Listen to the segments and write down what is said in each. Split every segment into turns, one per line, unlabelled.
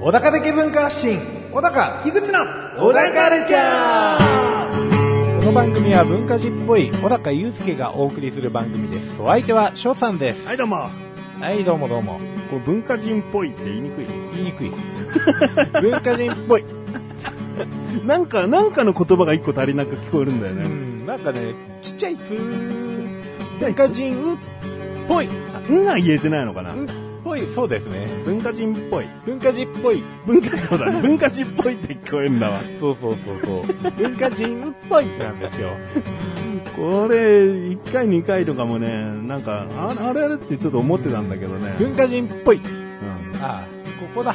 小高的文化発信小高
樋口の
小高ルチャ
ー
この番組は文化人っぽい小高祐介がお送りする番組ですお相手は翔さんです
はいどうも
はいどうもどうも
こう文化人っぽいって言いにくい
言いにくい文化人っぽい
なんかなんかの言葉が一個足りなく聞こえるんだよ
う
ね、
んなんかねちっちゃいつ
ちっちゃ
文
い
化人っぽい
あうんが言えてないのかな、
うんっぽいそうですね
文化人っぽい
文化人っぽい
文化 そうだね文化人っぽいって聞こえるんだわ
そうそうそうそう文化人っぽいなんですよ
これ一回二回とかもねなんかああれあれってちょっと思ってたんだけどね、
文化人っぽい
うん
ああここだ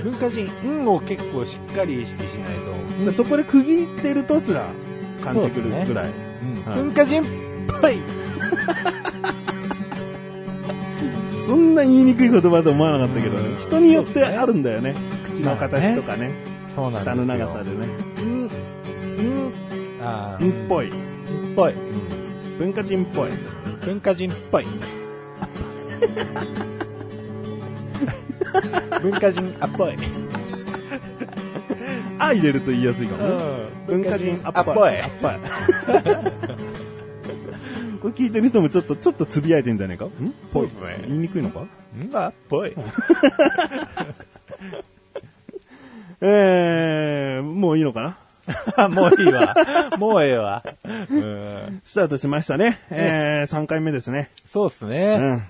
文化人「うん」を結構しっかり意識しないと、
でそこで区切ってるとすら感じてくるくらい、はい
文化人っぽい
そんな言いにくい言葉と思わなかったけどね、
うん
人によってあるんだよね口の形とかね
そうなんです
舌
よ
の長さでね
うんうんああ
んっぽい
うんっぽい
文化人っぽい
文化人っぽい文化人あっぽい、
あ入れると言いやすいかもね、文化人
あっぽい
あっぱいこれ聞いてる人もちょっとちょっとつぶやいてんじゃねえかんぽい
そうですね
言いにくいのか
うんあっぽい
えー、もういいのかな
もういいわもうええわ、うん、
スタートしましたね。えー、3回目ですね。
そうっすね、
うん。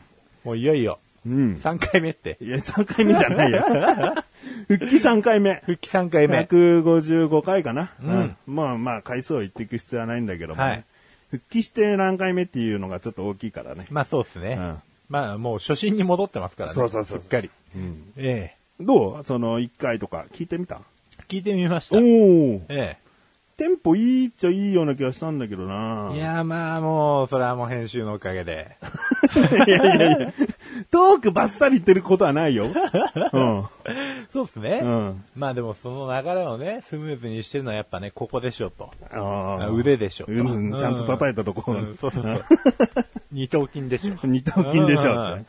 もういよいよ
うん。
3回目って
いや、3回目じゃないよ。 復帰3回目。
復帰3回目
155回かな。
うん
まあまあ、回数を言っていく必要はないんだけども、ね
はい
復帰して何回目っていうのがちょっと大きいからね。
まあそうっすね、
うん
まあもう初心に戻ってますからね
そうそうそうそう
すっかり
うん
え
どうその1回とか聞いてみた
え聞いてみました
おお。
え
テンポいいっちゃいいような気がしたんだけど
え
ない
やまあもうそれはもう編集のおかげで
いやいやいや。トークばっさり言ってることはないよ。うん。
そうっすね、
うん
まあでもその流れをねスムーズにしてるのはやっぱねここでしょと
あー
腕でしょと、
うん、ちゃんと叩い
て
たとこ。
そうそうそう 二頭筋でしょ
二頭筋でし
う
ょっ
ん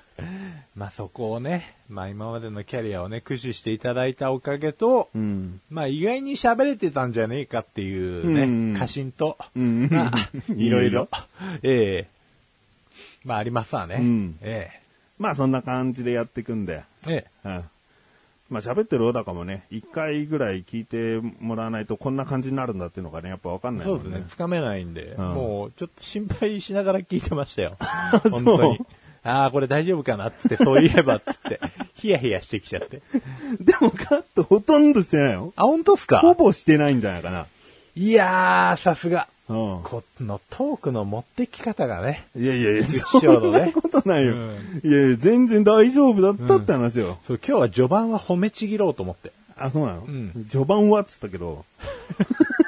まあそこをねまあ今までのキャリアをね駆使していただいたおかげと、
て。うん。
まあ意外に喋れてたんじゃねえかっていうね、
うん
過信と、
うん
まあ
い
い
ろ
ろ
い
い
ろ
ろ、ええまあありますわね。
うん
え
まあそんな感じでやっていくんで。
えええ
うん。まあ喋ってる小高もね、一回ぐらい聞いてもらわないとこんな感じになるんだっていうのがね、やっぱわかんない
そ
もん
う
ね。
ですね、つかめないんで、
ん
もうちょっと心配しながら聞いてました よ。
そう
本当に。ああ、これ大丈夫かなっつって、そういえばっつって、ヒヤヒヤしてきちゃって。
でもカットほとんどしてないよ。
あ、本当っすか
ほぼしてないんじゃないかな。
いやー、さすが。
うん。
このトークの持ってき方がね、
いやいやいや、
師
そ
匠の
んな
ね
ことないよ。
うん
いやいや、全然大丈夫だったって話よ。
そう今日は序盤は褒めちぎろうと思って。
あ、そうなの、
ん
序盤はっつったけど、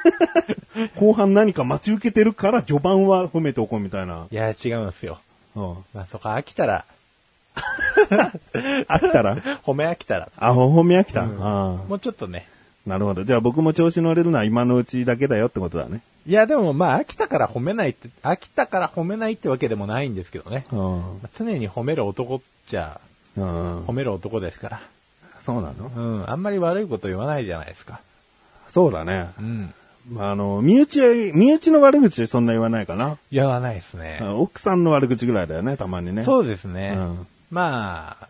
後半何か待ち受けてるから序盤は褒めておこうみたいな。
いや、違うんですよ。
うん。
まあ、そこ飽きたら、
飽きたら
褒め飽きたら、
あ、褒め飽きた、あ
もうちょっとね。
あなるほど。じゃあ僕も調子乗れるのは今のうちだけだよってことだね。
いや、でもまあ、飽きたから褒めないって、飽きたから褒めないってわけでもないんですけどね。
うん。
まあ常に褒める男っちゃ、
うん
褒。める男ですから。
そうなの
うん、あんまり悪いこと言わないじゃないですか。
そうだね。
うん。
まあ、あの、身内、身内の悪口そんな言わないかな。
言わないですね。
うん奥さんの悪口ぐらいだよね、たまにね。う。
そうですね。
うん
まあ、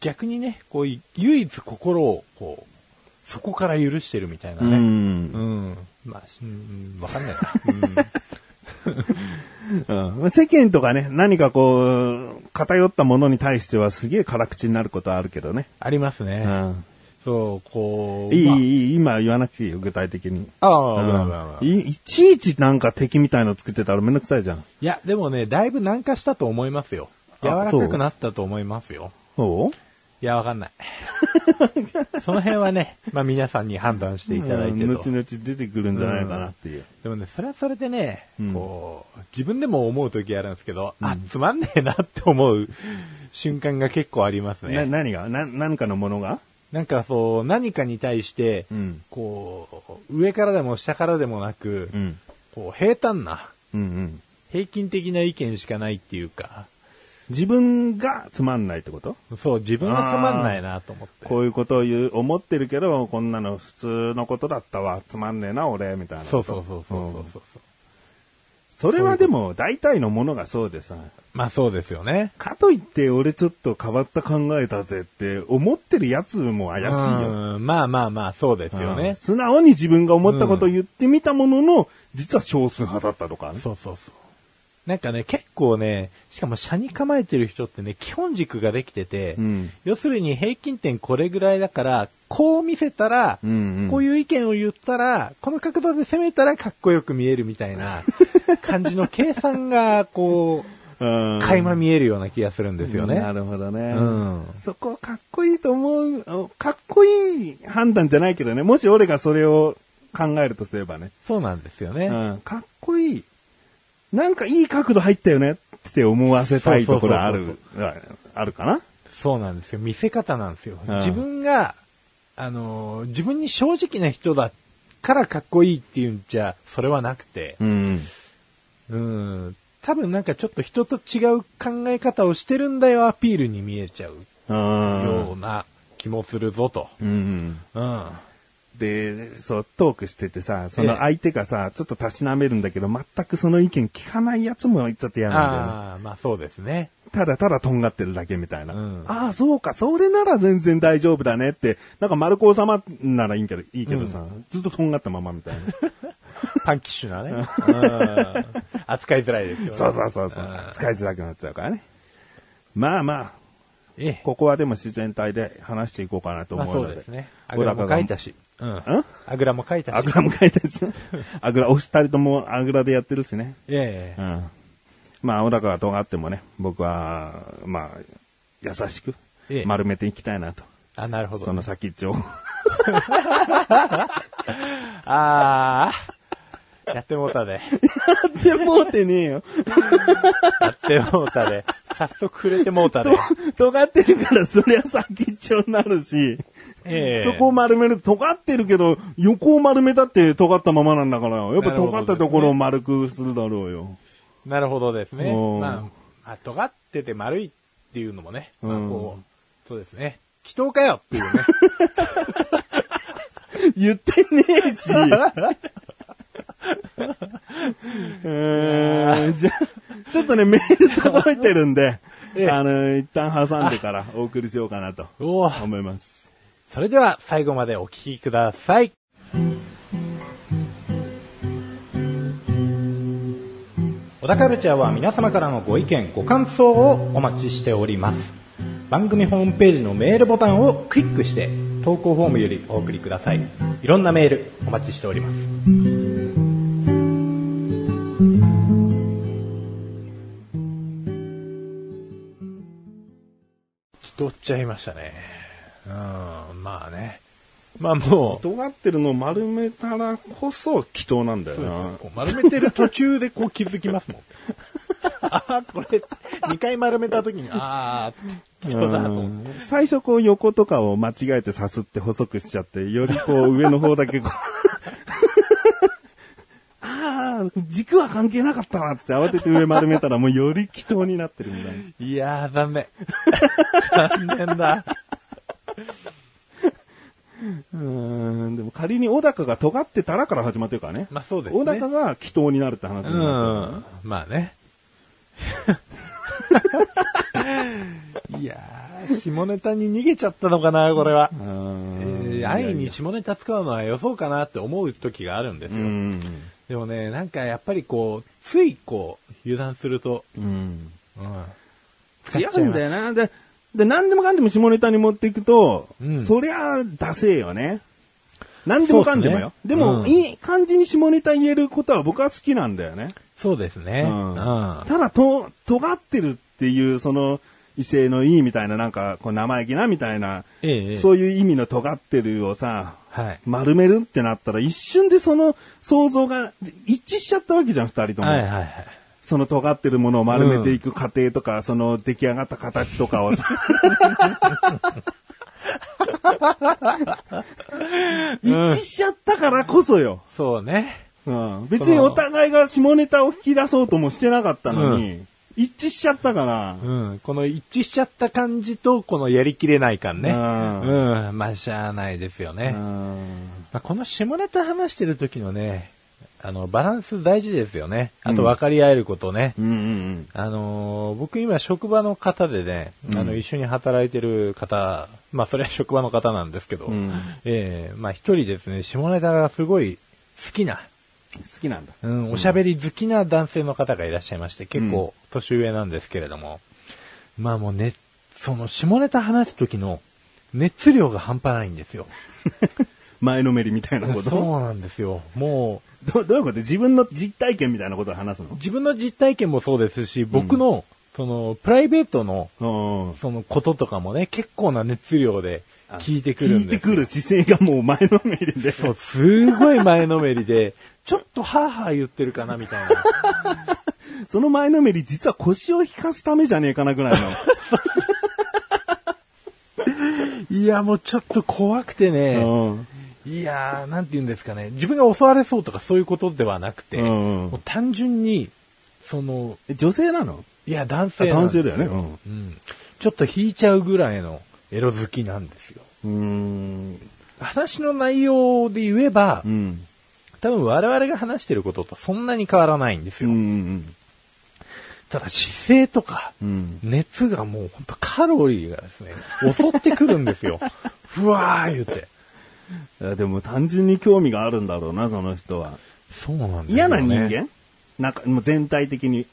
逆にね、こうい、唯一心を、こう、そこから許してるみたいな
う
ね。
ん。
うん。まあ、しうん、わかんないな。
うん世間とかね、何かこう、偏ったものに対してはすげえ辛口になることはあるけどね。
ありますね。
うん。
そう、こう。
いい、
まあ
いい、今言わなくていいよ、具体的に。
あ
う
あ、危ない危ない
ん
危ない
いいちいちなんか敵みたいの作ってたらめんどくさいじゃん。
いや、でもね、だいぶ軟化したと思いますよ。
あ
柔らかくなったと思いますよ。
そう
いや、わ かんない。その辺はね、まあ皆さんに判断していただいて
うん
と
後。々出てくるんじゃないかなっていう。
でもね、それはそれでね、
うん
こう、自分でも思う時あるんですけど、あ、つまんねえなって思う瞬間が結構あります
な、
ね。
何がな、何かのものが
なんかそう、何かに対して、
うん。
こう、上からでも下からでもなく、
うん。
こう、平坦な、
うんうん。
平均的な意見しかないっていうか、
自分がつまんないってこと
そう、自分がつまんないなと思って。
こういうことを言う、思ってるけど、こんなの普通のことだったわ。つまんねえな、俺、みたいなこと。
そうそうそうそうそう
うん
そう。
それはでも、大体のものがそうでさ、
まあそうですよね。
かといって俺ちょっと変わった考えだぜって、思ってるやつも怪しいよ。
うんまあまあまあ、そうですよ
うん
ね。
素直に自分が思ったことを言ってみたものの、実は少数派だったとかね。
そうそうそう。なんかね、結構ね、しかも車に構えてる人ってね、基本軸ができてて、
うん
要するに平均点これぐらいだから、こう見せたら、
うんうん
こういう意見を言ったら、この角度で攻めたらかっこよく見えるみたい な感じの計算が、こ
うん
う、垣間見えるような気がするんですよね。
なるほどね。
うん
そこかっこいいと思うあの、かっこいい判断じゃないけどね、もし俺がそれを考えるとすればね、
そうなんですよ
う
ね。
ん、かっこいい。なんかいい角度入ったよねって思わせたいところあ
そう
る、ああるかな
そうなんですよ。見せ方なんですよ。
うん
自分が、あのー自分に正直な人だからかっこいいっていうんじゃ、それはなくて、
うん。
うん、多分なんかちょっと人と違う考え方をしてるんだよアピールに見えちゃうよ
う
うな気もするぞと。
ん。
うん。
で、そう、トークしててさ、そ
ええ
の相手がさ、ちょっとたしなめるんだけど、全くその意見聞かないやつも言っちゃって嫌なんだよね。
ああ、まあそうですね。
ただただとんがってるだけみたいな。
うん
ああ、そうか、それなら全然大丈夫だねって、なんか丸く収まんならいいけど、いいけどさ、ずっととんがったままみたい な。
パンキッシュなね。うん扱いづらいですよね。
そうそうそうそう。使いづらくなっちゃうからね。まあまあ、
ええ。
ここはでも自然体で話していこうかなと
ま
思
あ
うので。
そうですね。あぐらも書いたし。うん。
ん
あぐらも書いたし。
あぐらも書いたし。 あぐら、お二人ともあぐらでやってるしね。
え
う
え。
ん。まあ、小高がとんがってもね、僕は、まあ、優しく
ええ、
丸めていきたいなと。
あ、なるほど。
その先っちょを。
あー。やってもうたで。
でもうてねえよ。
やってもうたで。早速触れてもう たで。
尖ってるから、そりゃ先っちょになるし、
ええ
そこを丸める、尖ってるけど、横を丸めたって尖ったままなんだから、やっぱ尖ったところを丸くするだろうよ。
なるほどですね。
うん
まあ、まあ、尖ってて丸いっていうのもね、まあ
うん
こう、そうですね。祈祷かよっていうね。
言ってねえ し。 えーじゃあちょっとね、メール届いてるんで、
ええ
あの、一旦挟んでからお送りしようかなと
おー
思います。
それでは最後までお聞きください。小田カルチャーは皆様からのご意見、ご感想をお待ちしております。番組ホームページのメールボタンをクリックして投稿フォームよりお送りください。いろんなメールお待ちしております。気取っちゃいましたね。うん、まあね。まあもう、
尖ってるのを丸めたらこそ祈祷なんだよな。
こう丸めてる途中でこう気づきますもん。 ああ、これ、2回丸めた時に、ああ、そうだと思って。
うん最初こう横とかを間違えてさすって細くしちゃって、よりこう上の方だけこう。 ああ、軸は関係なかったなって慌てて上丸めたらもうより祈祷になってるみたいな。
いやー、残念。残念だ。
うーん、でも仮に小高が尖ってたらから始まってるからね。
まあそうですね
小高が祈祷になるって話に
う
なっちゃうからね
ん。まあね。いやー、下ネタに逃げちゃったのかな、これは。
うーん。
えー安易に下ネタ使うのはよそうかなって思う時があるんです
う
よ。
ん。
でもね、なんかやっぱりこう、ついこう、油断すると、
うん。
うん。
違うんだよな。で、で、何でもかんでも下ネタに持っていくと、
うん
そりゃ、ダセえよね。何でもかんでもよ。
そうっすね
でも、
うん
いい感じに下ネタ言えることは僕は好きなんだよね。
そうですね。う
う
んん。
ただ、と、尖ってるっていう、その、威勢のいいみたいな、なんか、こう、生意気なみたいな、
ええ
そういう意味の尖ってるをさ、
はい。
丸めるってなったら、一瞬でその想像が一致しちゃったわけじゃん、二人とも。
はいはいはい。
その尖ってるものを丸めていく過程とか、その出来上がった形とかをさ。一致しちゃったからこそよ。
そうね。
うん。別にお互いが下ネタを引き出そうともしてなかったのに、
う
一致しちゃったから、
うん。この一致しちゃった感じと、このやりきれない感ね。う
うん
ん。まあ、しゃあないですよね。
うん
まあ、この下ネタ話してる時のね、あの、バランス大事ですよね。あと分かり合えることね。
うんうん
あのー僕今職場の方でね、あの、一緒に働いてる方、まあ、それは職場の方なんですけど、
うん
ええまあ、一人ですね、下ネタがすごい好きな、
好きなんだ。
うん、おしゃべり好きな男性の方がいらっしゃいまして、結構年上なんですけれども、まあもうね、その下ネタ話す時の熱量が半端ないんですよ。
前のめりみたいなこと。
そうなんですよ。もう、
ど どういうこと自分の実体験みたいなことを話す
自分の実体験もそうですし、僕の、その、プライベートの、
のうん。
そのこととかもね、結構な熱量で聞いてくるん
聞い
で
て
すよ。
くる姿勢がもう前のめりで。
そう、すごい前のめりで、ちょっとハーハー言ってるかな、みたいな。
その前のめり、実は腰を引かすためじゃねえかなぐらいの。
いや、もうちょっと怖くて ね、
うん
いやー、なんて言うんですかね、自分が襲われそうとかそういうことではなくて、
うん
もう単純に、その、
え女性なの
いや、男
あ
性なん
男
です
性だよね。うん
うん。ちょっと引いちゃうぐらいのエロ好きなんですよ。
うーん。
話の内容で言えば
う、ん。
多分我々が話してることとそんなに変わらないんです
う
よ。
ん。
ただ姿勢とか、
うん。
熱がもうほんとカロリーがですね、襲ってくるんですよ。 ふわー言って。
いやでも単純に興味があるんだろうな、その人は。
そうなんです
嫌
よ、
な
ね。
人間なんか、もう全体的に。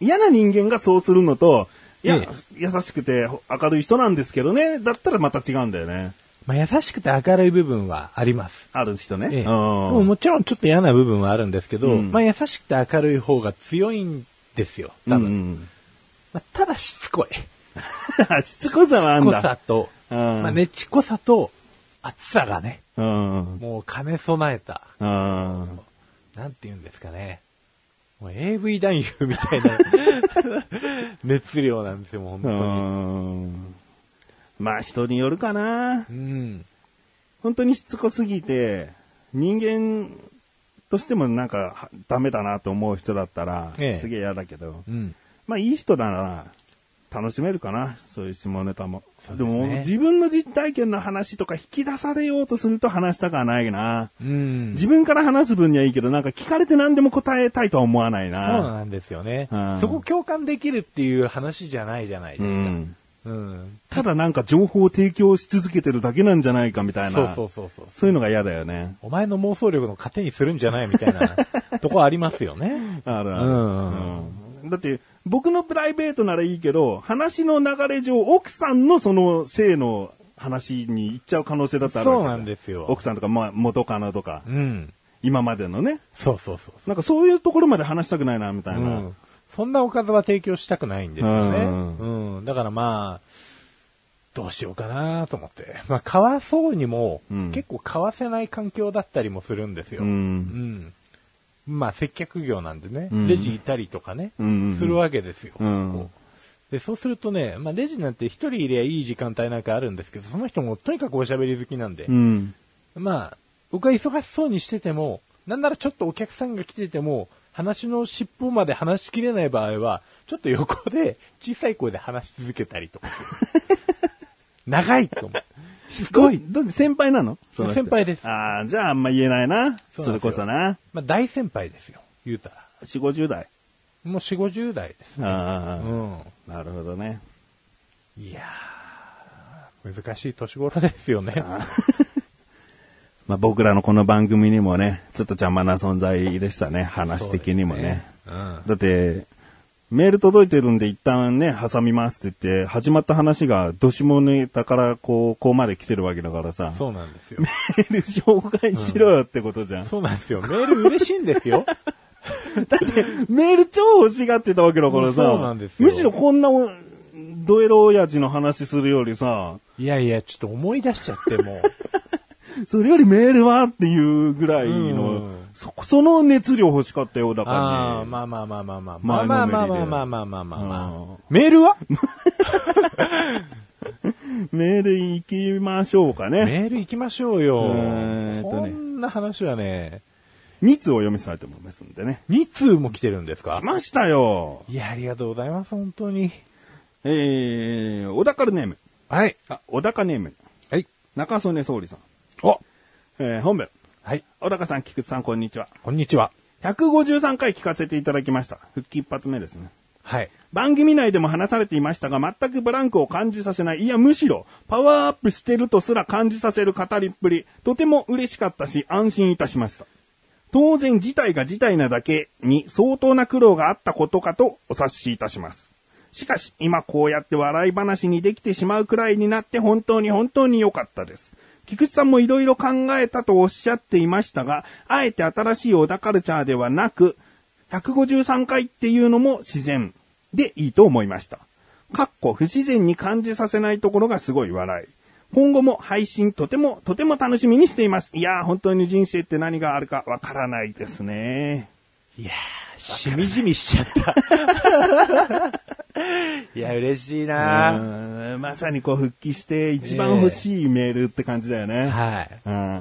嫌な人間がそうするのと、いや
え、
優しくて明るい人なんですけどね、だったらまた違うんだよね。
まあ優しくて明るい部分はあります。
ある人ね。
ええ、で
う
も
ん。
もちろんちょっと嫌な部分はあるんですけど、
うん
まあ優しくて明るい方が強いんですよ、多分。
うん
まあ、ただしつこい。
うんしつこさはあん
濃
だ。
さと、
うん
まあねちっこさと、熱さがね、
うん。
もう兼ね備えた。
うん。
なんて言うんですかね。もう AV 男優みたいな 熱量なんですよ、もう本
う
当に。
ん。まあ人によるかな
う。ん。
本当にしつこすぎて、人間としてもなんかはダメだなと思う人だったら、
ええ
すげえ嫌だけど
う、ん。
まあいい人なら楽しめるかな。そういう下ネタも。
そう
で
ですね
も自分の実体験の話とか引き出されようとすると話したくはないな。
うん。
自分から話す分にはいいけど、なんか聞かれて何でも答えたいとは思わない
そう
な。
なんですよね
うん。
そこ共感できるっていう話じゃないじゃないです
う
か。
ん。
うん。
ただなんか情報を提供し続けてるだけなんじゃないかみたいな。
そうそうそうそう。
そういうのが嫌だよね。
お前の妄想力の糧にするんじゃないみたい なとこありますよね。
あるあ
う
る。
ん
うんだって、僕のプライベートならいいけど、話の流れ上、奥さんのその性の話に行っちゃう可能性だってあるわけ
そうなんですよ
奥さんとか、まあ、元カノとか、
うん。
今までのね。
そうそうそう
なんかそういうところまで話したくないな、みたいな。
うん、そんなおかずは提供したくないんですよね。
う
うんん、だからまあ、どうしようかなと思って。まあ、買わそうにも、
うん
結構買わせない環境だったりもするんですよ。
う
うん。
ん。
まあ、接客業なんでね、
うん
レジいたりとかね、
うんうんうん
するわけですよ。
うん
こうで、そうするとね、まあ、レジなんて一人いりゃいい時間帯なんかあるんですけど、その人もとにかくおしゃべり好きなんで、
うん。
まあ、僕が忙しそうにしてても、なんならちょっとお客さんが来てても、話の尻尾まで話しきれない場合は、ちょっと横で小さい声で話し続けたりとか。長いと思う。しつこい。
だって先輩なのその人
先輩です
ああ、じゃああんま言えないな。
そ
そ
うなんで
れ
すよ
こそな。
まあ大先輩ですよ。言うたら。
四五十代。
もう4、50代です。
あ
う
あ、
ん。
なるほどね。
いやー、難しい年頃ですよね。
まあ、僕らのこの番組にもね、ちょっと邪魔な存在でしたね、話的にもね。
うん。
だって、メール届いてるんで一旦ね、挟みますって言って、始まった話が、どしもネタからこう、こうまで来てるわけだからさ、
そうなんですよ。
メール紹介しろよってことじゃん。
そうなんですよ。メール嬉しいんですよ。
だって、メール超欲しがってたわけだからさ、
そうなんですよ
むしろこんなお、ドエロ親父の話するよりさ、
いやいや、ちょっと思い出しちゃって もう。
それよりメールはっていうぐらいの、
うん
そ、その熱量欲しかったよ、だからね。
ああ、まあまあまあまあまあ。ま
前
あ
の
ま
め
あ
りで
まあまあまあまあまあまあ
うん
メールは
メール行きましょうかね。
メール行きましょうよ。
えーっと
こ
ね
んな話はね、
2通お読みしたいと思いますんでね。
2通も来てるんですか
来ましたよ
いや、ありがとうございます、本当に。
えー、小高ネーム。
はい。
あ、小高ネーム。
はい。
中曽根総理さん。
お
えー、本部。
はい。
小高さん、菊池さん、こんにちは。
こんにちは。
153回聞かせていただきました。復帰一発目ですね。
はい。
番組内でも話されていましたが、全くブランクを感じさせない。いや、むしろ、パワーアップしてるとすら感じさせる語りっぷり。とても嬉しかったし、安心いたしました。当然、事態が事態なだけに相当な苦労があったことかとお察しいたします。しかし、今こうやって笑い話にできてしまうくらいになって本当に本当に良かったです。菊池さんも色々考えたとおっしゃっていましたが、あえて新しい小田カルチャーではなく、153回っていうのも自然でいいと思いました。かっこ不自然に感じさせないところがすごい笑い。今後も配信とてもとても楽しみにしています。いやー本当に人生って何があるかわからないですね。
いやー、しみじみしちゃ った。いや、嬉しいうな
ーんまさにこう復帰して一番欲しいメールって感じだよね。
はい。
うん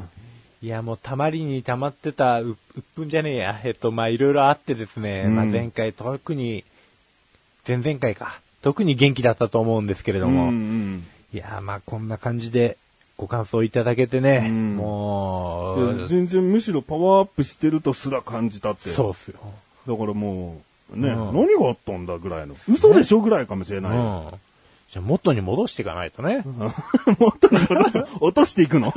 いや、もうたまりにたまってた、う、うっぷんじゃねえや。えっと、まあ、いろいろあってですね、
うん
まあ、前回特に、前々回か、特に元気だったと思うんですけれども、
うん
いや、まあ、こんな感じで、ご感想いただけてね、
うん
も
うん
う、
全然むしろパワーアップしてるとすら感じたって。
そうっすよ。
だからもう、ね、
うん
何があったんだぐらいの。嘘でしょぐらいかもしれ
う
ない。
ん。じゃあ、元に戻していかないとね。
もっと戻す落としていくの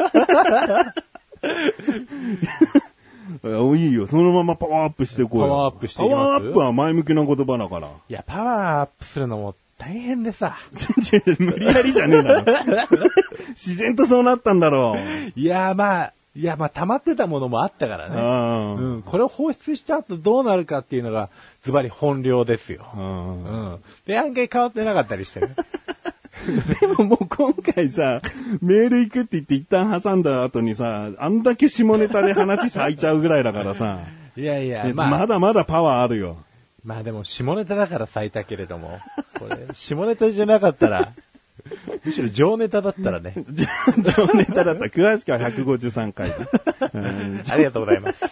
いいよ。そのままパワーアップしてこうよ。
パワーアップしていきます
パワーアップは前向きな言葉だから。
いや、パワーアップするのも大変でさ。
無理やりじゃねえだろ。 自然とそうなったんだろう。
いや、まあ、いや、まあ、溜まってたものもあったからね。
あ
うん、これを放出しちゃうとどうなるかっていうのが、ズバリ本領ですよ。
あうん
うん。で、案外変わってなかったりしてね。
でももう今回さ、メール行くって言って一旦挟んだ後にさ、あんだけ下ネタで話咲いちゃうぐらいだからさ、
いやいや、
ね
まあ
ま、だまだパワーあるよ。
まあでも、下ネタだから咲いたけれども、これ、下ネタじゃなかったら、むしろ上ネタだったらね、
じゃあ上ネタだった。詳しくは153回で。うん
ありがとうございます。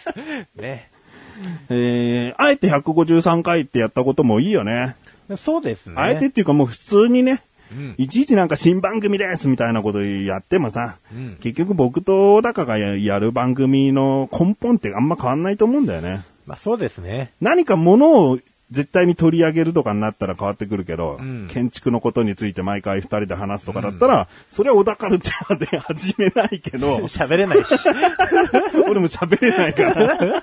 ね。
えー、あえて153回ってやったこともいいよね。
そうですね。
あえてっていうかもう普通にね、
うん
いちいちなんか新番組ですみたいなことやってもさ、
うん
結局僕と小高がややる番組の根本ってあんま変わんないと思うんだよね。
まあそうですね。
何かものを絶対に取り上げるとかになったら変わってくるけど、
ん
建築のことについて毎回二人で話すとかだったら、それは小田カルチャーで始めない けど、
喋れないし。
俺も喋れないから。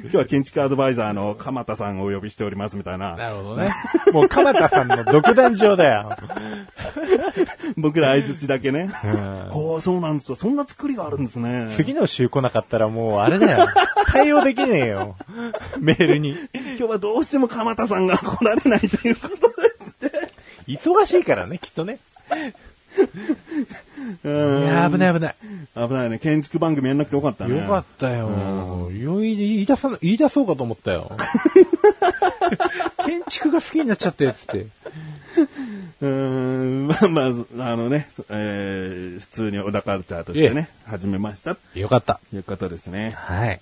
今日は建築アドバイザーの鎌田さんをお呼びしておりますみたいな。
なるほどね。もう、鎌田さんの独壇場だよ。
僕ら相槌だけね。
ん
おーそうなんですよ。そんな作りがあるんですね。
次の週来なかったらもう、あれだよ。対応できねえよ。メールに。
今日はどうしても鎌田さんが来られないということ
忙しいからね、きっとね。い
で。
や、危ない危ない。
危ないね。建築番組やんなくてよかったね。
よかったよ。よい言い出さな、言い出そうかと思った よ。建築が好きになっちゃって、つって。
うーん、まあまあ、あのね、そえー、普通に小田カルチャーとしてね、始めましたと
よかった。
いうことですね。
はい。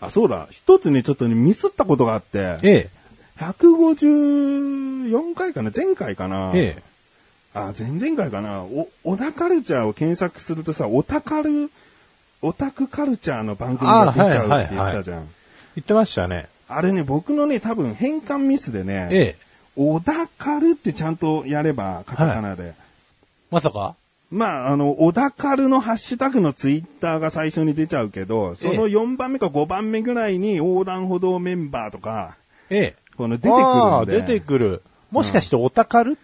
あ、そうだ、一つね、ちょっとね、ミスったことがあって、
え
154回かな前回かな
え、え
あ、前々回かなお、小田カルチャーを検索するとさ、オタカル、オタクカルチャーの番組が出ちゃうって言ったじゃん。あ,、
え。言ってましたね。
れね、僕のね、多分変換ミスでね、
ええ。
小田カルってちゃんとやれば、カタカナで。
まさか
まあ、あの、小田カルのハッシュタグのツイッターが最初に出ちゃうけど、その
え
4番目か5番目ぐらいに横断歩道メンバーとか、
ええ。
この出てく
あ
る
あ
んで。
出てくる。もしかしてお宝、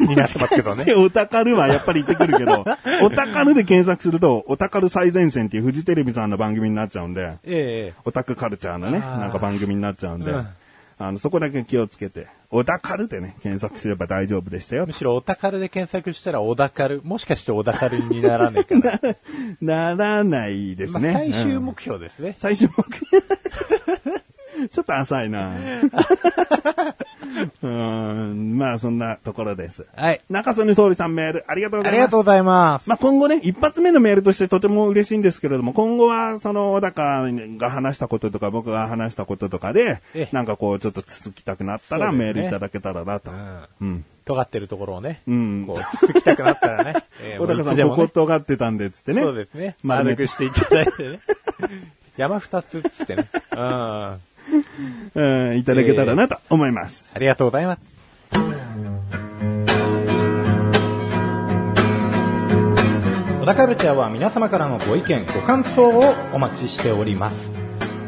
になってますけど ね。
でおたかるはやっぱり言ってくる けど、おたかるで検索すると、おたかる最前線っていうフジテレビさんの番組になっちゃうんで、
ええ。
オタクカルチャーのね、
あー
なんか番組になっちゃうんで、
うん
あの、そこだけ気をつけて、おたかるでね、検索すれば大丈夫でしたよ
む。しろお宝で検索したらお宝、もしかしてお宝にならねえか な。
ならないです
まあ
ね。
最終
うん
目標ですね。
最終目標。ちょっと浅いな うーん、まあそんなところです。
はい。
中曽根総理さんメール、ありがとうご
あ
ざい
り
ま
が
す
とう。ございます。
まあ、今後ね、一発目のメールとしてとても嬉しいんですけれども、今後は、その、小高が話したこととか、僕が話したこととかで
ええ、
なんかこう、ちょっと続きたくなったら、
そうで
メ
すね
ールいただけたらなと
う。ん。
うん。
尖ってるところをね、
うん
こう、つきたくなったら ね、えー
小高さ
いつ
ん、
で
こ
も
こ
ね
尖ってたんで、つってね。
そうですね。
丸め
丸く
て
していただいて ね。山二つっつってね。うん。あ
うん、いただけたらなと思います。
りがとうございます。小田カルチャーは皆様からのご意見、ご感想をお待ちしております。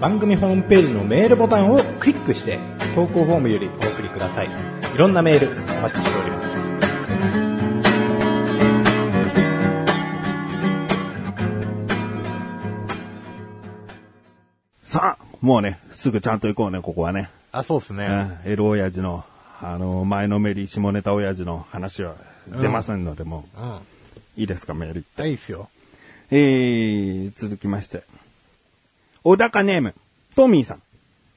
番組ホームページのメールボタンをクリックして、投稿フォームよりお送りください。いろんなメールお待ちしております。
さあ、もうね、すぐちゃんと行こうね、ここはね。
あ、そうですね。
うん、エロ親父の、あの、前のめり、下ネタ親父の話は出ませんので、も
うん。あ
う、いいですか、メール。
いいっすよ。
えー、続きまして。小高ネーム、トミーさん。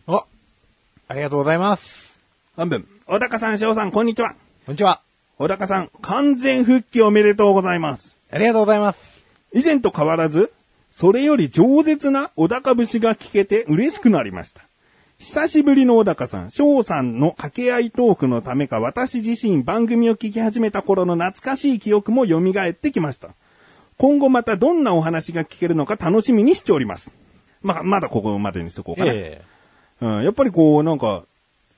あ、ありがとうございます。
半分。小高さん、翔さん、こんにちは。
こんにちは。
小高さん、完全復帰おめでとうございます。
ありがとうございます。
以前と変わらず、それより饒舌な小高節が聞けて嬉しくなりました。久しぶりの小高さん、翔さんの掛け合いトークのためか私自身番組を聞き始めた頃の懐かしい記憶も蘇ってきました。今後またどんなお話が聞けるのか楽しみにしております。まあ、まだここまでにしとこうかな。
え
うん、やっぱりこう、なんか、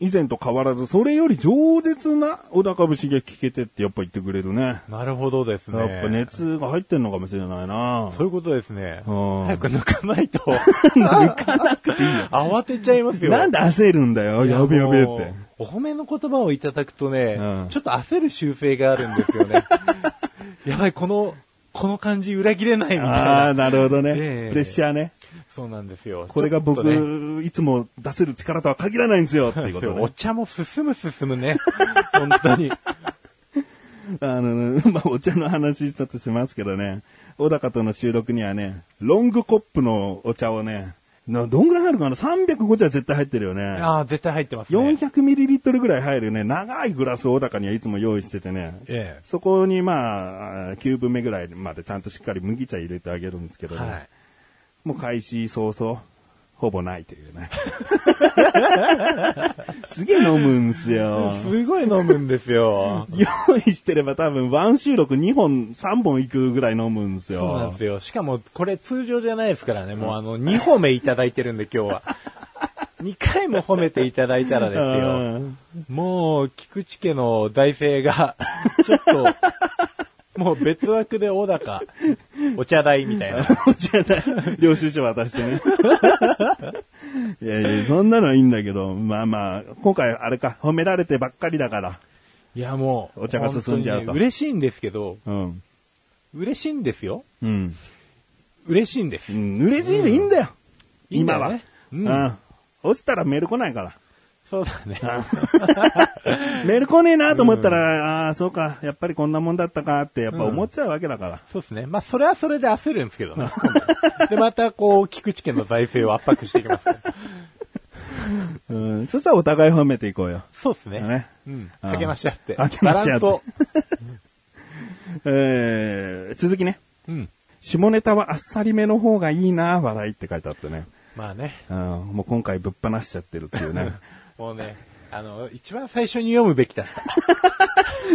以前と変わらず、それより饒舌な小高節が聞けてってやっぱ言ってくれるね。
なるほどですね。
やっぱ。熱が入ってんのかもしれないな
そういうことですね。
うん
早く抜かない と。抜かなくていい慌てちゃいますよ。
なんで焦るんだよ、
い
やべやべえっ
あ
て
の。お褒めの言葉をいただくとね、
うん
ちょっと焦る習性があるんですよ ね。やばい、この、この感じ裏切れないみたい
ああー、
な。
なるほどね。
ええ
プレッシャーね。
そうなんですよ。
これが
ちょ
僕、
っとね
いつも出せる力とは限らないんですよ、っていうこ
そうお
と
茶も進む進むね。本当に。
ね。あの、 まあ、お茶の話ちょっとしますけどね。小高との収録にはね、ロングコップのお茶をね、などんぐらい入るかな ?305 茶絶対入ってるよね。
ああ、絶対入ってますね。
400ml ぐらい入るね、長いグラスを小高にはいつも用意しててね。
え
そこにまあ、9分目ぐらいまでちゃんとしっかり麦茶入れてあげるんですけ
え。
どね。
はい。
もう開始早々、ほぼないとい うね。すげえ飲むんすよ。
すごい飲むんですよ。
用意してれば多分、ワン収録2本、3本いくぐらい飲むんすよ。
そうなんですよ。しかも、これ通常じゃないですからね。もうあの、2褒めいただいてるんで、今 日は。2回も褒めていただいたらですよ。
うん
もう、菊池家の財政が、 ちょっと、もう別枠で小高、お茶代みたいな。
こっちはね 領収書渡して ね。いやいや、そんなのはいいんだけど、まあまあ、今回あれか、褒められてばっかりだから。
いや、もう、
お茶が進んじゃうと
本当にね嬉しいんですけど、
うん。
嬉しいんですよ。
うん。
嬉しいんです
う。ん、嬉しいでいいんだよ。
いいんだ
今
よ
は
ね。うん
うん。落ちたらメール来ないから。
そうだね。
メール来ねえなと思ったら、ああ、そうか、やっぱりこんなもんだったかって、やっぱ思っちゃうわけだから。
そうですね。まあ、それはそれで焦るんですけどね。で、また、こう、菊池家の財政を圧迫していきます、
うん。そしたらお互い褒めていこうよ。
そうですね。
ね
うん。
うん
かけましちゃって。
かけまし
バ
ち
ラン
ゃっ
ス
て
を。
えー、続きね。
うん。
下ネタはあっさりめの方がいいな、笑いって書いてあってね。
まあね。
うん、もう今回ぶっ放しちゃってるっていうね。
もうね、あの、一番最初に読むべきだっ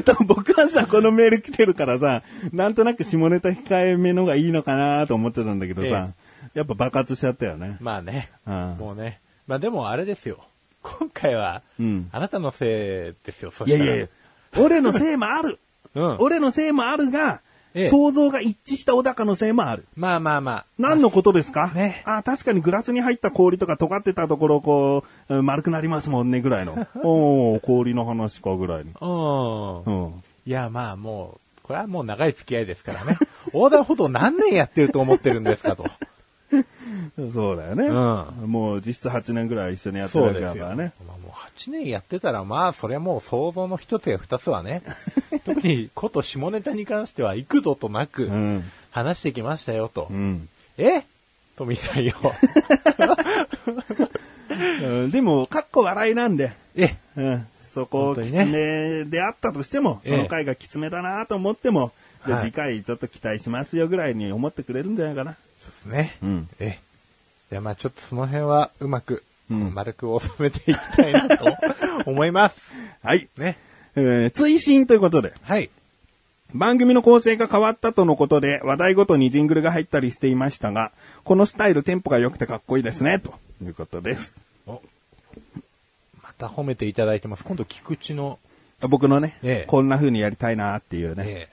た。
多分僕はさ、このメール来てるからさ、なんとなく下ネタ控えめのがいいのかなと思ってたんだけどさ、やっぱ爆発しちゃったよね。
まあね。
うん
もうね。まあでも、あれですよ。今回は、
うん
あなたのせいですよ、そ
い
し
や
た
い
ら。
やいや、俺のせいもある。
うん。
俺のせいもあるが、
ええ
想像が一致した小高のせいもある。
まあまあま
何のことですか、
ね
あ確かにグラスに入った氷とか尖ってたところ、こう、うん丸くなりますもんね、ぐら いの。おー、氷の話か、ぐらいの。
あ。う。
うんん。
いや、まあもう、これはもう長い付き合いですからね。 横断歩道何年やってると思ってるんですか と。
そうだよね。
う
もう実質8年ぐらい一緒にやってるわけだからね。
まあ、もう8年やってたら、まあ、それはもう想像の一つや二つは ね、特にこと下ネタに関しては幾度となく
うん
話してきましたよと。
うん。
え富さ んよ。
うんでも、かっこ笑いなんで。
え、
うん。そこを
本当
き
に
つ
ね
めであったとしても、
ええ
その回がきつめだなと思っても、じゃあ
はい
次回ちょっと期待しますよぐらいに思ってくれるんじゃないかな。
ですね。
うん
ええ。いや、まあちょっとその辺はうまく、
うん
丸く収めていきたいな と思います。
はい。
ね。
えー、追伸ということで、
はい。
番組の構成が変わったとのことで、話題ごとにジングルが入ったりしていましたが、このスタイルテンポが良くてかっこいいですね、ということです。
また褒めていただいてます。今度、菊池の、
僕のね、
ええ
こんな風にやりたいなっていうね。
え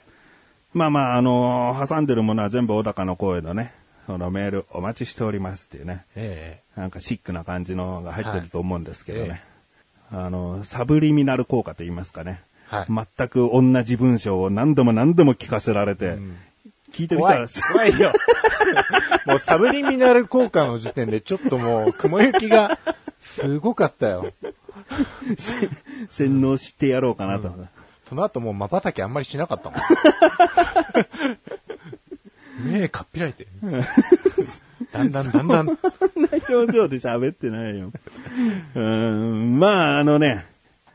まあまあ、あのー挟んでるものは全部小高の声のね、そのメールお待ちしておりますっていうね。
ええ
なんかシックな感じのが入ってると思うんですけどね。
はい
あの、サブリミナル効果と言いますかね。
はい
全く同じ文章を何度も何度も聞かせられて、聞いて
え
る人
怖い。
は、
怖いよ。 もうサブリミナル効果の時点でちょっともう雲行きがすごかったよ。
洗脳してやろうかなと。
その後もう瞬きあんまりしなかったも ん。目かっぴらい て。だんだんだんだん。
こんな表情で喋ってないよ。 うーん、まあ、あのね、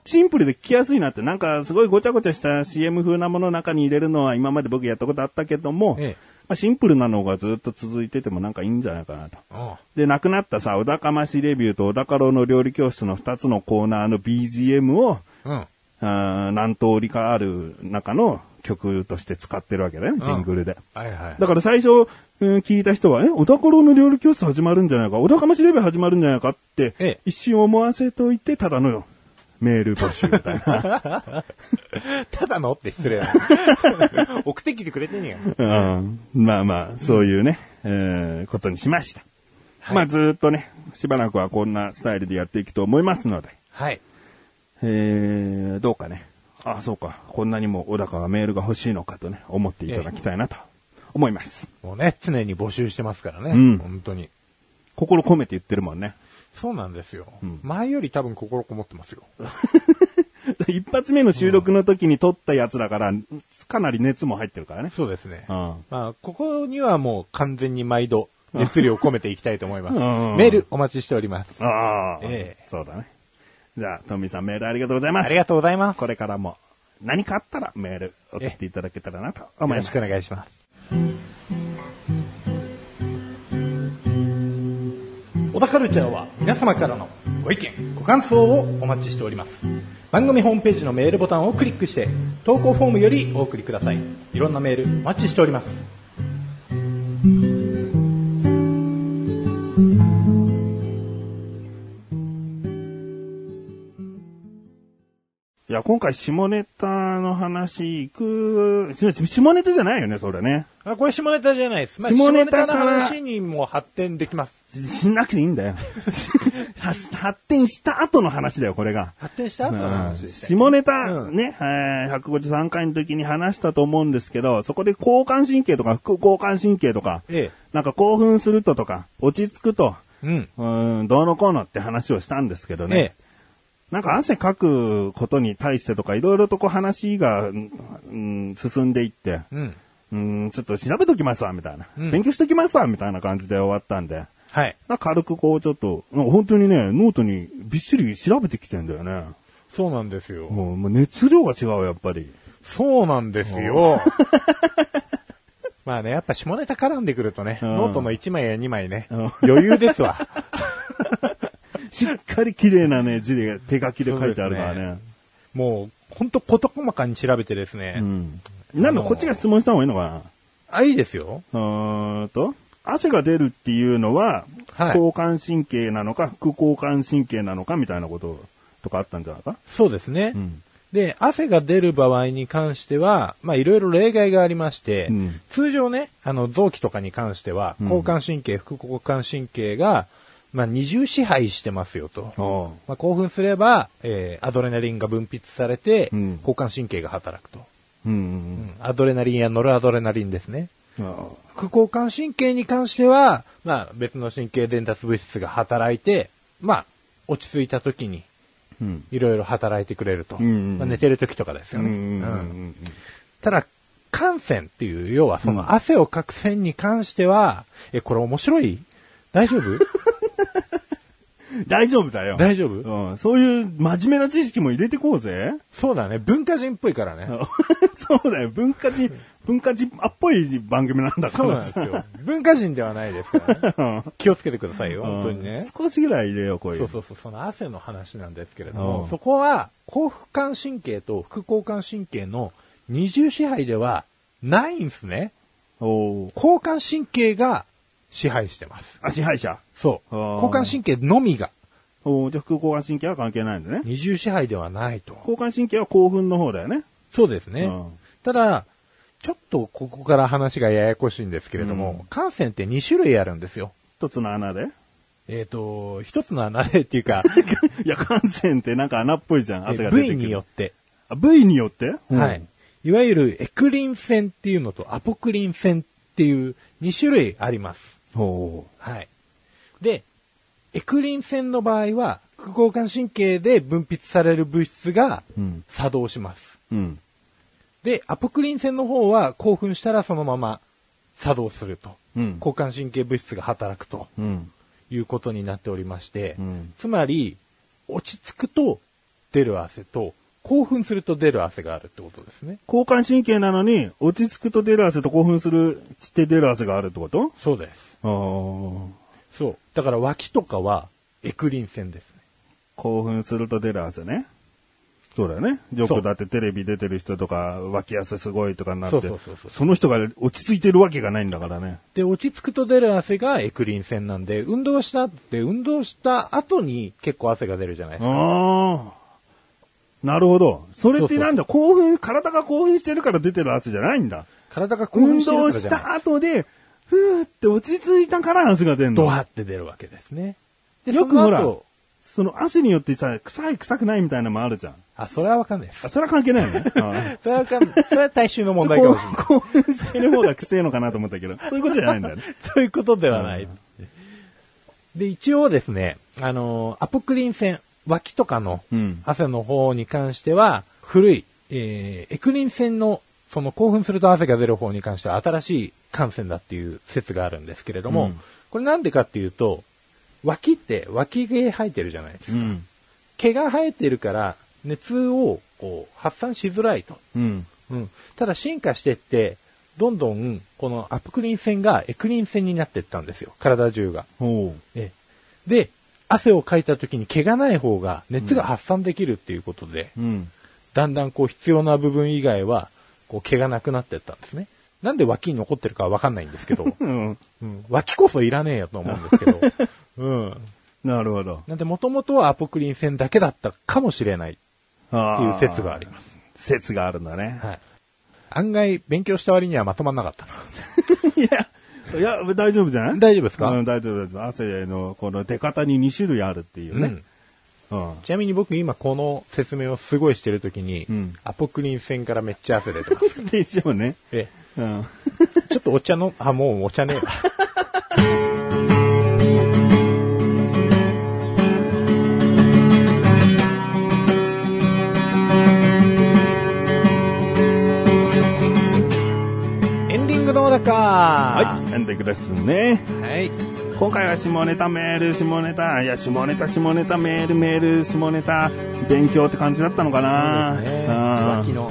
シンプルで聞きやすいなって、なんかすごいごちゃごちゃした CM 風なものの中に入れるのは今まで僕やったことあったけども、
ええ
まあ、シンプルなのがずっと続いててもなんかいいんじゃないかなと。
うん
で、亡くなったさ、小高ましレビューと小高郎の料理教室の2つのコーナーの BGM を、
うん。
あー何通りかある中の曲として使ってるわけだよね、ジングルで。
はいはい。
だから最初、うん聞いた人は、え、小高郎の料理教室始まるんじゃないか、小高ましレビュー始まるんじゃないかって
ええ、
一瞬思わせといて、ただのメール募集みたいな。
ただのって失礼な。 送ってきてくれてんねや。
うん、まあまあ、そういうね、えーことにしました。まあずーっとね、しばらくはこんなスタイルでやっていくと思いますので。
はい。
えー、どうかね。あ、そうか。こんなにも小高がメールが欲しいのかとね、思っていただきたいなと思います。
もうね、常に募集してますからね。
うん
本当に。
心込めて言ってるもんね。
そうなんですよ。前より多分心こもってますよ。
一発目の収録の時に撮ったやつだから、かなり熱も入ってるからね。
そうですね。
うん
まあ、ここにはもう完全に毎度熱量を込めていきたいと思います。
うん
メールお待ちしております。
ああ、
ええ
そうだね。じゃあ、トミーさんメールありがとうございま
あ
す。
りがとうございます。
これからも何かあったらメール送っていただけたらなと
よろ
思いま
し
す。
くお願いします。小田カルチャーは皆様からのご意見、ご感想をお待ちしております。番組ホームページのメールボタンをクリックして、投稿フォームよりお送りください。いろんなメールお待ちしております。
いや、今回下ネタの話いく、し下ネタじゃないよね、それね。
あ、これ下ネタじゃないです。
まあ下ネタの話
にも発展できます。
しなくていいんだよ。 は発展した後の話だよ、これが。
発展した後の話でした。
下ネタ、
うん
ね、えー153回の時に話したと思うんですけど、そこで交感神経とか副交感神経とか、
ええ
なんか興奮するととか、落ち着くと、
うん。
うーん、どうのこうのって話をしたんですけどね、
ええ。
なんか汗かくことに対してとか、いろいろとこう話が、うんうん進んでいって、
うん。
うん、ちょっと調べときますわ、みたいな。
うん
勉強してきますわ、みたいな感じで終わったんで。
はい。
なんか軽くこうちょっと、なんか本当にね、ノートにびっしり調べてきてんだよね。
そうなんですよ。
もうもう熱量が違う、やっぱ り。
そうなんですよ。 まあね、やっぱ下ネタ絡んでくるとね、
うん
ノートの1枚や2枚ね、
うん
余裕ですわ。
しっかり綺麗なね、字で、手書きで書いてあるから
そう
ね。
もう、ほんと事細かに調べてですね。
うん。なんだ、こっちが質問した方がいいのか
あ、いいですよ。
なうーんと、汗が出るっていうのは、
はい
交感神経なのか、副交感神経なのか、みたいなこととかあったんじゃないか
そうですね。
うん
で、汗が出る場合に関しては、まあいろいろ例外がありまして、
うん
通常ね、あの、臓器とかに関しては、交感神経、副交感神経が、まあ二重支配してますよと。
あ
まあ、興奮すれば、えーアドレナリンが分泌されて、
うん
交感神経が働くと。
うんうん
アドレナリンやノルアドレナリンですね。
うん。ああ
副交感神経に関しては、まあ、別の神経伝達物質が働いて、まあ、落ち着いた時に、
うん。
いろいろ働いてくれると。
んうん
まあ、寝てる時とかです
う
よ
ん
ね。
うんう
うん
ん
ただ、汗腺っていう、要はその汗をかく 腺に関しては、え、これ面白い大丈夫
う大丈夫だよ。
大丈夫
うん。そういう真面目な知識も入れてこうぜ。
そうだね。文化人っぽいからね。
そうだよ。文化人、文化人あっぽい番組なんだか
そう
ら
なんですよ。文化人ではないですから、ね。気をつけてくださいよ、本当にね。
うん少しぐらい入れよう、こういう。
そうそうそう、その汗の話なんですけれど
うん
も、そこは、幸腹管神経と副交感神経の二重支配ではないんすね。
おー
交感神経が支配してます。
あ、支配者。
そう。
あー
交感神経のみが
おーじゃあ副交感神経は関係ないんだね。
二重支配ではないと。
交感神経は興奮の方だよね。
そうですね。
うん
ただ、ちょっとここから話がややこしいんですけれども、汗腺って2種類あるんですよ。
一つの穴で。
えっ、と、一つの穴でっていうか、
いや、汗腺ってなんか穴っぽいじゃん、汗が出てくる。
部位によって、
あ部位によって、
はい。。いわゆるエクリン腺っていうのとアポクリン腺っていう2種類あります。
ほ
はい。で、エクリン腺の場合は、副交感神経で分泌される物質が
うん
作動します。
う。うん。
で、アポクリン腺の方は興奮したらそのまま作動すると。
うん
交感神経物質が働くと
うん。
いうことになっておりまして、
うん
つまり、落ち着くと出る汗と、興奮すると出る汗があるってことですね。
交感神経なのに、落ち着くと出る汗と興奮する、して出る汗があるってこと
そうです。
あー
そう。だから脇とかは、エクリン腺ですね。
興奮すると出る汗ね。そうだよね。よ
そ
く
う
だってテレビ出てる人とか、脇汗すごいとかになって、
そうそうそうそう
の人が落ち着いてるわけがないんだからね。
で、落ち着くと出る汗がエクリン腺なんで、運動したって、運動した後に結構汗が出るじゃないですか。
ああ。なるほど。それってなんだ興奮、体が興奮してるから出てる汗じゃないんだ。
体が興奮
運
してるか
動
らじ
し
ゃない。
た後で、ふーって落ち着いたから汗が出る
ド
の。
ワって出るわけですね。で
よくほら
その後、
その汗によってさ、臭い臭くないみたいなのもあるじゃん。
あ、それはわかんないです
あ、。それは関係ない よね。うん
それはわかんない。それは大衆の問題かもしれ ない。
興奮してる方が臭いのかなと思ったけど、そういうことじゃないんだよね。
ということではない。で、一応ですね、あのーアポクリン腺、脇とかの
うん
汗の方に関しては、古い、えーエクリン腺の、その興奮すると汗が出る方に関しては新しい感染だっていう説があるんですけれども、
うん
これなんでかっていうと、脇って脇毛生えてるじゃないですか。
うん。
毛が生えてるから、熱をこう発散しづらいと。
うん。
うん。ただ進化してって、どんどん、このアプクリン腺がエクリン腺になってったんですよ。体中が。
ほう。
ええで、汗をかいた時に毛がない方が熱が発散できるっていうことで、
うん。
だんだんこう必要な部分以外は、こう毛がなくなってったんですね。なんで脇に残ってるかはわかんないんですけど、
うん。
うん、脇こそいらねえよと思うんですけど、うん。
なるほど。
なんで元々はアポクリン腺だけだったかもしれないって
あ
い
ー
う説があります。
説があるんだね。
はい。案外勉強した割にはまとまんなかったな。
いや、いや、大丈夫じゃない
大丈夫ですか
うん、大丈夫、大丈夫。汗の、この出方に2種類あるっていう
う
ね
ん。
うん。
ちなみに僕今この説明をすごいしてるときに、
うん
アポクリン腺からめっちゃ汗出てます。
でしょうね。
え
うん。
え、ちょっとお茶の、あ、もうお茶ねえわ。エンディングどうだかは
はい、エンディングですね。
い。はい。
今回は下ネタメール、下ネタ、いや、下ネタ、下ネタ、メール、メール、下ネタ、勉強って感じだったのかな
そうですね。
うん
脇の。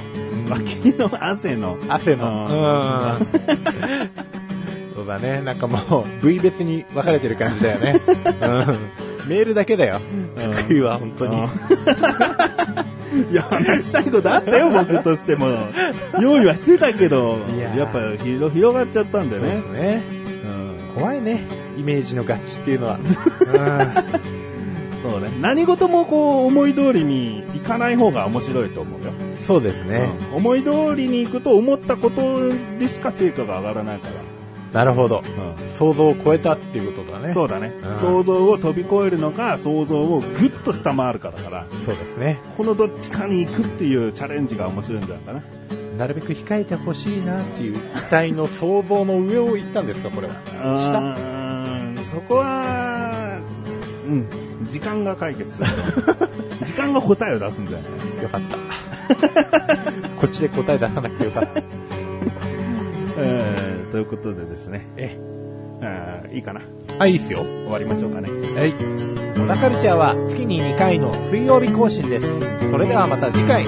脇の汗の。
汗
うん
の。うん。そうだね。なんか もう、部位別に分かれてる感じだよ ね。うん。メールだけだよ。 救いは、本当に。
いや、話したいことあったよ、僕としても。用意はしてたけど、
いや
や
ー
っぱ広広がっちゃったんだよね。
ね。
うん
怖いね。イメージの合致っていうのは。うん
そうね。何事もこう、思い通りにいかない方が面白いと思うよ。
そうですね。
うん思い通りにいくと思ったことでしか成果が上がらないから。
なるほど。
うん
想像を超えたっていうことだね。
そうだね、
うん
想像を飛び越えるのか想像をぐっと下回るかだから
そうですね。
このどっちかに行くっていうチャレンジが面白いんじゃないかな
なるべく控えてほしいなっていう期待の想像の上を行ったんですか、これは。下
うーんそこはうん時間が解決する時間が答えを出すんじゃない
よかった。 こっちで答え出さなくてよかった。
えーということでですね
ええ、
あーいいかな。
あ、いいっすよ。
終わりましょうかね。
はい。小田カルチャーは月に2回の水曜日更新です。それではまた次回。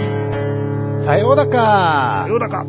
さようだか
さようだか。